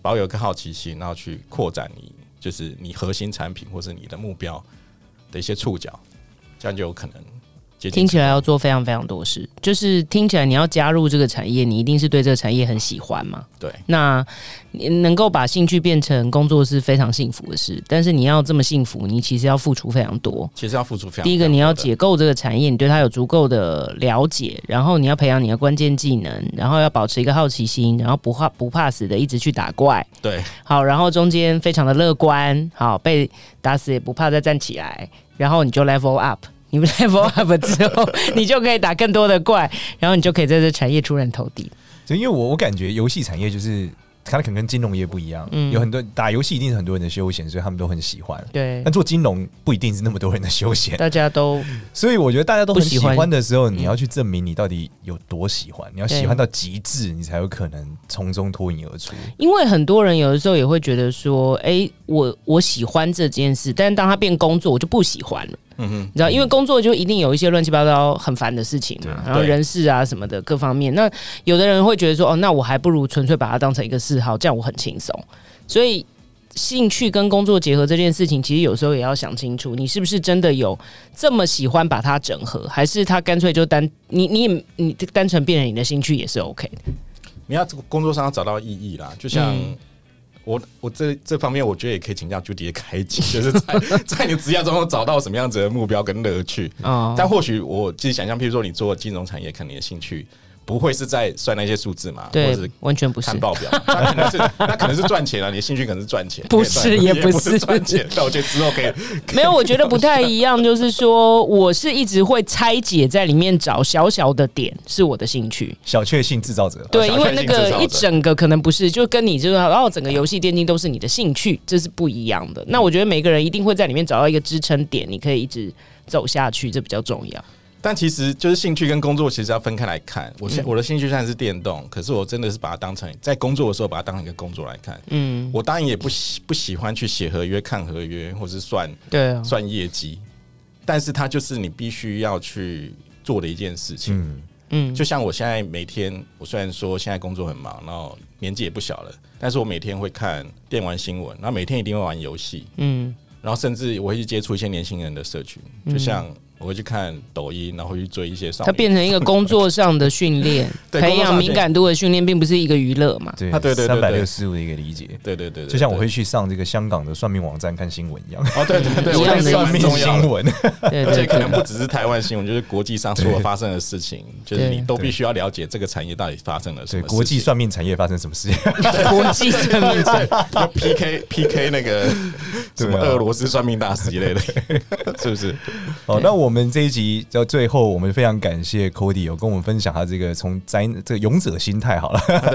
[SPEAKER 3] 保有一个好奇心，然后去扩展你就是你核心产品或是你的目标的一些触角，这样就有可能接近
[SPEAKER 2] 听起来要做非常非常多事，就是听起来你要加入这个产业，你一定是对这个产业很喜欢嘛。
[SPEAKER 3] 对
[SPEAKER 2] 那你能够把兴趣变成工作是非常幸福的事，但是你要这么幸福，你其实要付出非常多。
[SPEAKER 3] 其实要付出非常
[SPEAKER 2] 第一
[SPEAKER 3] 非
[SPEAKER 2] 个，
[SPEAKER 3] 常
[SPEAKER 2] 你要
[SPEAKER 3] 多的
[SPEAKER 2] 解构这个产业，你对它有足够的了解，然后你要培养你的关键技能，然后要保持一个好奇心，然后不怕不怕死的一直去打怪，
[SPEAKER 3] 对
[SPEAKER 2] 好，然后中间非常的乐观，好，被打死也不怕再站起来，然后你就 level up。你们 level up 之后，你就可以打更多的怪，然后你就可以在这产业出人头地。
[SPEAKER 1] 就因为我我感觉游戏产业就是它可能跟金融业不一样，
[SPEAKER 2] 嗯
[SPEAKER 1] 有很多打游戏一定是很多人的休闲，所以他们都很喜欢。
[SPEAKER 2] 对
[SPEAKER 1] 但，
[SPEAKER 3] 呃
[SPEAKER 1] 做金融不一定是那么多人的休闲，
[SPEAKER 2] 大家都
[SPEAKER 1] 所以我觉得大家都很喜
[SPEAKER 2] 不喜
[SPEAKER 1] 欢
[SPEAKER 2] 欢嗯
[SPEAKER 1] 的时候，你要去证明你到底有多喜欢，你要喜欢到极致，你才有可能从中脱颖而出。
[SPEAKER 2] 因为很多人有的时候也会觉得说，哎、我我喜欢这件事，但是当他变工作，我就不喜欢了。
[SPEAKER 3] 嗯哼
[SPEAKER 2] 你知道，因为工作就一定有一些乱七八糟、很烦的事情嘛，然后
[SPEAKER 3] 对
[SPEAKER 2] 人事啊什么的各方面。那有的人会觉得说，哦，那我还不如纯粹把它当成一个嗜好，这样我很轻松。所以兴趣跟工作结合这件事情，其实有时候也要想清楚，你是不是真的有这么喜欢把它整合，还是它干脆就单你你也你单纯变成你的兴趣也是 OK 的。
[SPEAKER 3] 你要工作上要找到意义啦，就像。
[SPEAKER 2] 嗯
[SPEAKER 3] 我我这这方面，我觉得也可以请教 Judy 的开解， 就是在在你的职业中找到什么样子的目标跟乐趣。
[SPEAKER 2] 哦
[SPEAKER 3] 但或许我自己想象，譬如说你做金融产业，可能你的兴趣不会是在算那些数字嘛，或
[SPEAKER 2] 对
[SPEAKER 3] 者是，
[SPEAKER 2] 完全不是
[SPEAKER 3] 看。报 表，那可能是那可能是赚钱啊，你的兴趣可能是赚钱，
[SPEAKER 2] 不是
[SPEAKER 3] 对
[SPEAKER 2] 也
[SPEAKER 3] 不
[SPEAKER 2] 不是
[SPEAKER 3] 赚钱。但我觉得之后可以
[SPEAKER 2] 没有，我觉得不太一样。就是说，我是一直会拆解在里面找小小的点是我的兴趣。
[SPEAKER 1] 小确幸制造者，
[SPEAKER 2] 对，
[SPEAKER 3] 哦小
[SPEAKER 2] 因
[SPEAKER 3] 确
[SPEAKER 2] 为
[SPEAKER 3] 幸
[SPEAKER 2] 那
[SPEAKER 3] 制
[SPEAKER 2] 个
[SPEAKER 3] 造
[SPEAKER 2] 一
[SPEAKER 3] 者
[SPEAKER 2] 整个可能不是，就跟你就是，然后哦整个游戏电竞都是你的兴趣，这是不一样的。那我觉得每个人一定会在里面找到一个支撑点，你可以一直走下去，这比较重要。
[SPEAKER 3] 但其实就是兴趣跟工作其实要分开来看。我现我的兴趣虽然是电动，可是我真的是把它当成在工作的时候把它当成一个工作来看。嗯，我当然也不喜不喜欢去写合约、看合约，或是算
[SPEAKER 2] 对啊，
[SPEAKER 3] 算业绩，但是它就是你必须要去做的一件事情。
[SPEAKER 1] 嗯，
[SPEAKER 2] 嗯，
[SPEAKER 3] 就像我现在每天，我虽然说现在工作很忙，然后年纪也不小了，但是我每天会看电玩新闻，然后每天一定会玩游戏，
[SPEAKER 2] 嗯，
[SPEAKER 3] 然后甚至我会去接触一些年轻人的社群，就像我会去看抖音，然后会去追一些少
[SPEAKER 2] 它
[SPEAKER 3] 女。
[SPEAKER 2] 变成一个工作上的训 练，
[SPEAKER 3] 对
[SPEAKER 2] 培
[SPEAKER 3] 工作上
[SPEAKER 2] 养
[SPEAKER 3] 的
[SPEAKER 2] 敏感度的训练，并不是一个娱乐嘛。
[SPEAKER 1] 对
[SPEAKER 3] 啊对对对
[SPEAKER 1] 三百
[SPEAKER 3] 对
[SPEAKER 1] 六十度的一个理解，
[SPEAKER 3] 对对对对，
[SPEAKER 1] 就像我
[SPEAKER 3] 对
[SPEAKER 1] 会去上这个香港的算命网站看新闻一样，
[SPEAKER 3] 哦，对对 对，
[SPEAKER 2] 一
[SPEAKER 3] 我
[SPEAKER 2] 样的意
[SPEAKER 3] 觉得这
[SPEAKER 2] 思
[SPEAKER 3] 个
[SPEAKER 1] 算
[SPEAKER 3] 蛮
[SPEAKER 1] 命
[SPEAKER 3] 重要
[SPEAKER 1] 新
[SPEAKER 3] 的。
[SPEAKER 1] 闻，
[SPEAKER 2] 对
[SPEAKER 3] 而且
[SPEAKER 2] 对
[SPEAKER 3] 可
[SPEAKER 2] 对
[SPEAKER 3] 能不只是台湾新闻，就是国际上所有发生的事情，就是你都必须要了解这个产业到底发生了什
[SPEAKER 1] 对
[SPEAKER 3] 么事情。
[SPEAKER 1] 国际算命产业发生什么事情？
[SPEAKER 2] 国际上面
[SPEAKER 3] 就 PK PK 那个什么俄罗斯算命大师一类的， 是不是？
[SPEAKER 1] 好，
[SPEAKER 2] 对
[SPEAKER 1] 那我们这一集到最后，我们非常感谢 Cody 有跟我们分享他这个从灾这个勇者心态好了，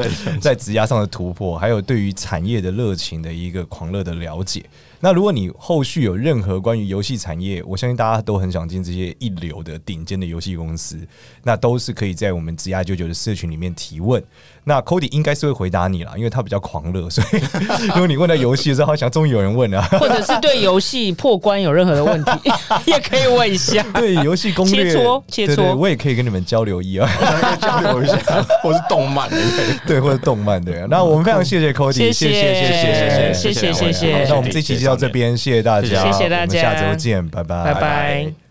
[SPEAKER 1] 在职涯上的突破，还有对于产业的热情的一个狂热的了解。那如果你后续有任何关于游戏产业，我相信大家都很想进这些一流的顶尖的游戏公司，那都是可以在我们职涯九九的社群里面提问。那 Cody 应该是会回答你啦，因为他比较狂热，所 以如果你问到游戏的时候，他想终于有人问了、
[SPEAKER 2] 或者是对游戏破关有任何的问题， 也可以问一下。
[SPEAKER 1] 对游戏攻略
[SPEAKER 2] 切磋切磋
[SPEAKER 1] 对对我也可以跟你们交流一二，
[SPEAKER 3] 大家交流一下，或是动漫的一类的。
[SPEAKER 1] 对，或者动漫对。那我们非常谢谢 Cody，
[SPEAKER 2] 谢
[SPEAKER 1] 谢谢
[SPEAKER 2] 谢
[SPEAKER 1] 谢
[SPEAKER 2] 谢谢谢谢
[SPEAKER 1] 好那我们这期就到这边，谢谢大家，
[SPEAKER 2] 谢谢
[SPEAKER 1] 我
[SPEAKER 2] 大家
[SPEAKER 1] 们下周见，拜拜，
[SPEAKER 2] 拜拜。